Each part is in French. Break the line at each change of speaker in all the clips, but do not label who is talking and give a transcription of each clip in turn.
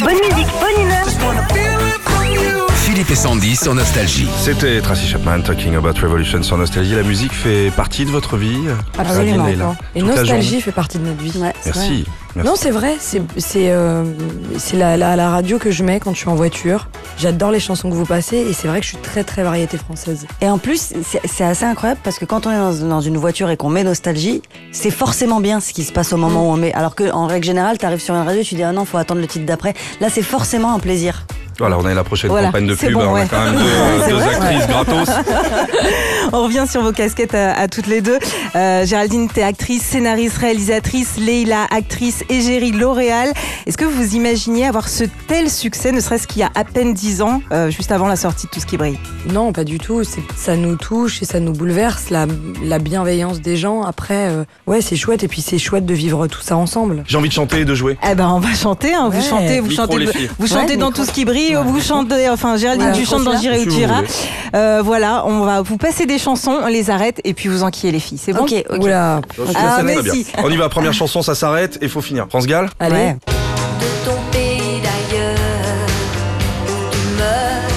bonne musique, bonne humeur.
Philippe et Sandy sur Nostalgie.
C'était Tracy Chapman, Talking About Revolution sur Nostalgie. La musique fait partie de votre vie
Absolument.
Nadine est là.
encore. Et
Toute la
nostalgie
journée.
fait partie de notre vie.
Ouais, c'est vrai.
Merci. Merci.
Non, c'est vrai, c'est c'est euh, c'est la, la, la radio que je mets quand je suis en voiture. J'adore les chansons que vous passez et c'est vrai que je suis très très variété française.
Et en plus, c'est- c'est assez incroyable parce que quand on est dans, dans une voiture et qu'on met nostalgie, c'est forcément bien ce qui se passe au moment où on met. Alors que en règle générale, t'arrives sur une radio, tu dis ah non, faut attendre le titre d'après. Là, c'est forcément un plaisir.
Voilà, on est la prochaine
Voilà,
campagne de
c'est
pub. hein,
bon,
on a
ouais.
quand même deux, deux actrices gratos.
On revient sur vos casquettes à, à toutes les deux. Euh, Géraldine, t'es actrice, scénariste, réalisatrice. Leila, actrice, égérie L'Oréal. Est-ce que vous imaginiez avoir ce tel succès, ne serait-ce qu'il y a à peine 10 ans, euh, juste avant la sortie de Tout ce qui brille
Non, pas du tout. C'est- Ça nous touche et ça nous bouleverse, la, la bienveillance des gens. Après, euh, ouais, c'est chouette et puis c'est chouette de vivre tout ça ensemble.
J'ai envie de chanter et de
Ah,
jouer.
Eh ben, on va chanter. hein. Vous
Ouais.
chantez, vous
Micro,
chantez,
les filles.
vous chantez
Ouais,
dans
micro.
Tout ce qui brille.
Ouais.
Vous chantez, enfin, Géraldine,
Ouais,
tu chantes dans
micro,
J'irai où
si
tu
vous
iras.
voulez.
Euh, voilà, on va vous passer des chansons, on les arrête et puis vous enquillez les filles. C'est bon
Ok, ok.
Oula,
Je
Ah,
pense que ça
mais
va bien.
si.
On y va, première chanson, ça s'arrête et faut finir. France Gall
allez.
Ouais.
de ton pays d'ailleurs où tu meurs.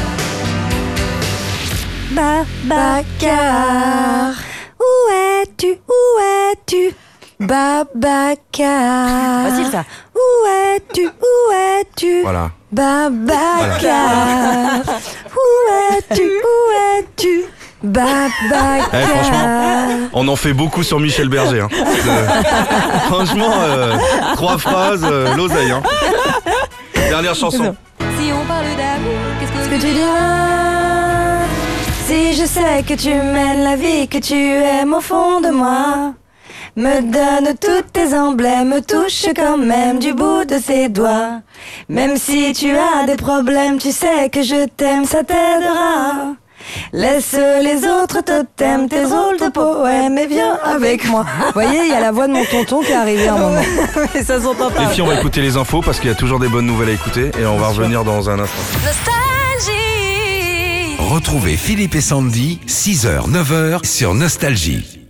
Babacar, où es-tu Où es-tu Babacar.
Facile, ça.
Où es-tu Où es-tu
Voilà.
Babacar. Où es-tu Où es-tu Babacar.
Eh, franchement. On en fait beaucoup sur Michel Berger. hein. Euh, franchement, euh, trois phrases, euh, l'oseille. hein. Dernière chanson.
Si on parle d'amour, qu'est-ce que,
que tu diras Si je sais que tu mènes la vie que tu aimes au fond de moi Me donne tous tes emblèmes, touche quand même du bout de ses doigts Même si tu as des problèmes, tu sais que je t'aime, ça t'aidera Laisse les autres totems, tes rôles de poèmes et viens avec moi. Vous voyez, il y a la voix de mon tonton qui est arrivée un moment.
Mais ça s'entend pas.
Les filles, on va écouter les infos parce qu'il y a toujours des bonnes nouvelles à écouter et on va revenir dans un instant.
nostalgie
Retrouvez Philippe et Sandy, 6h, 9h sur Nostalgie.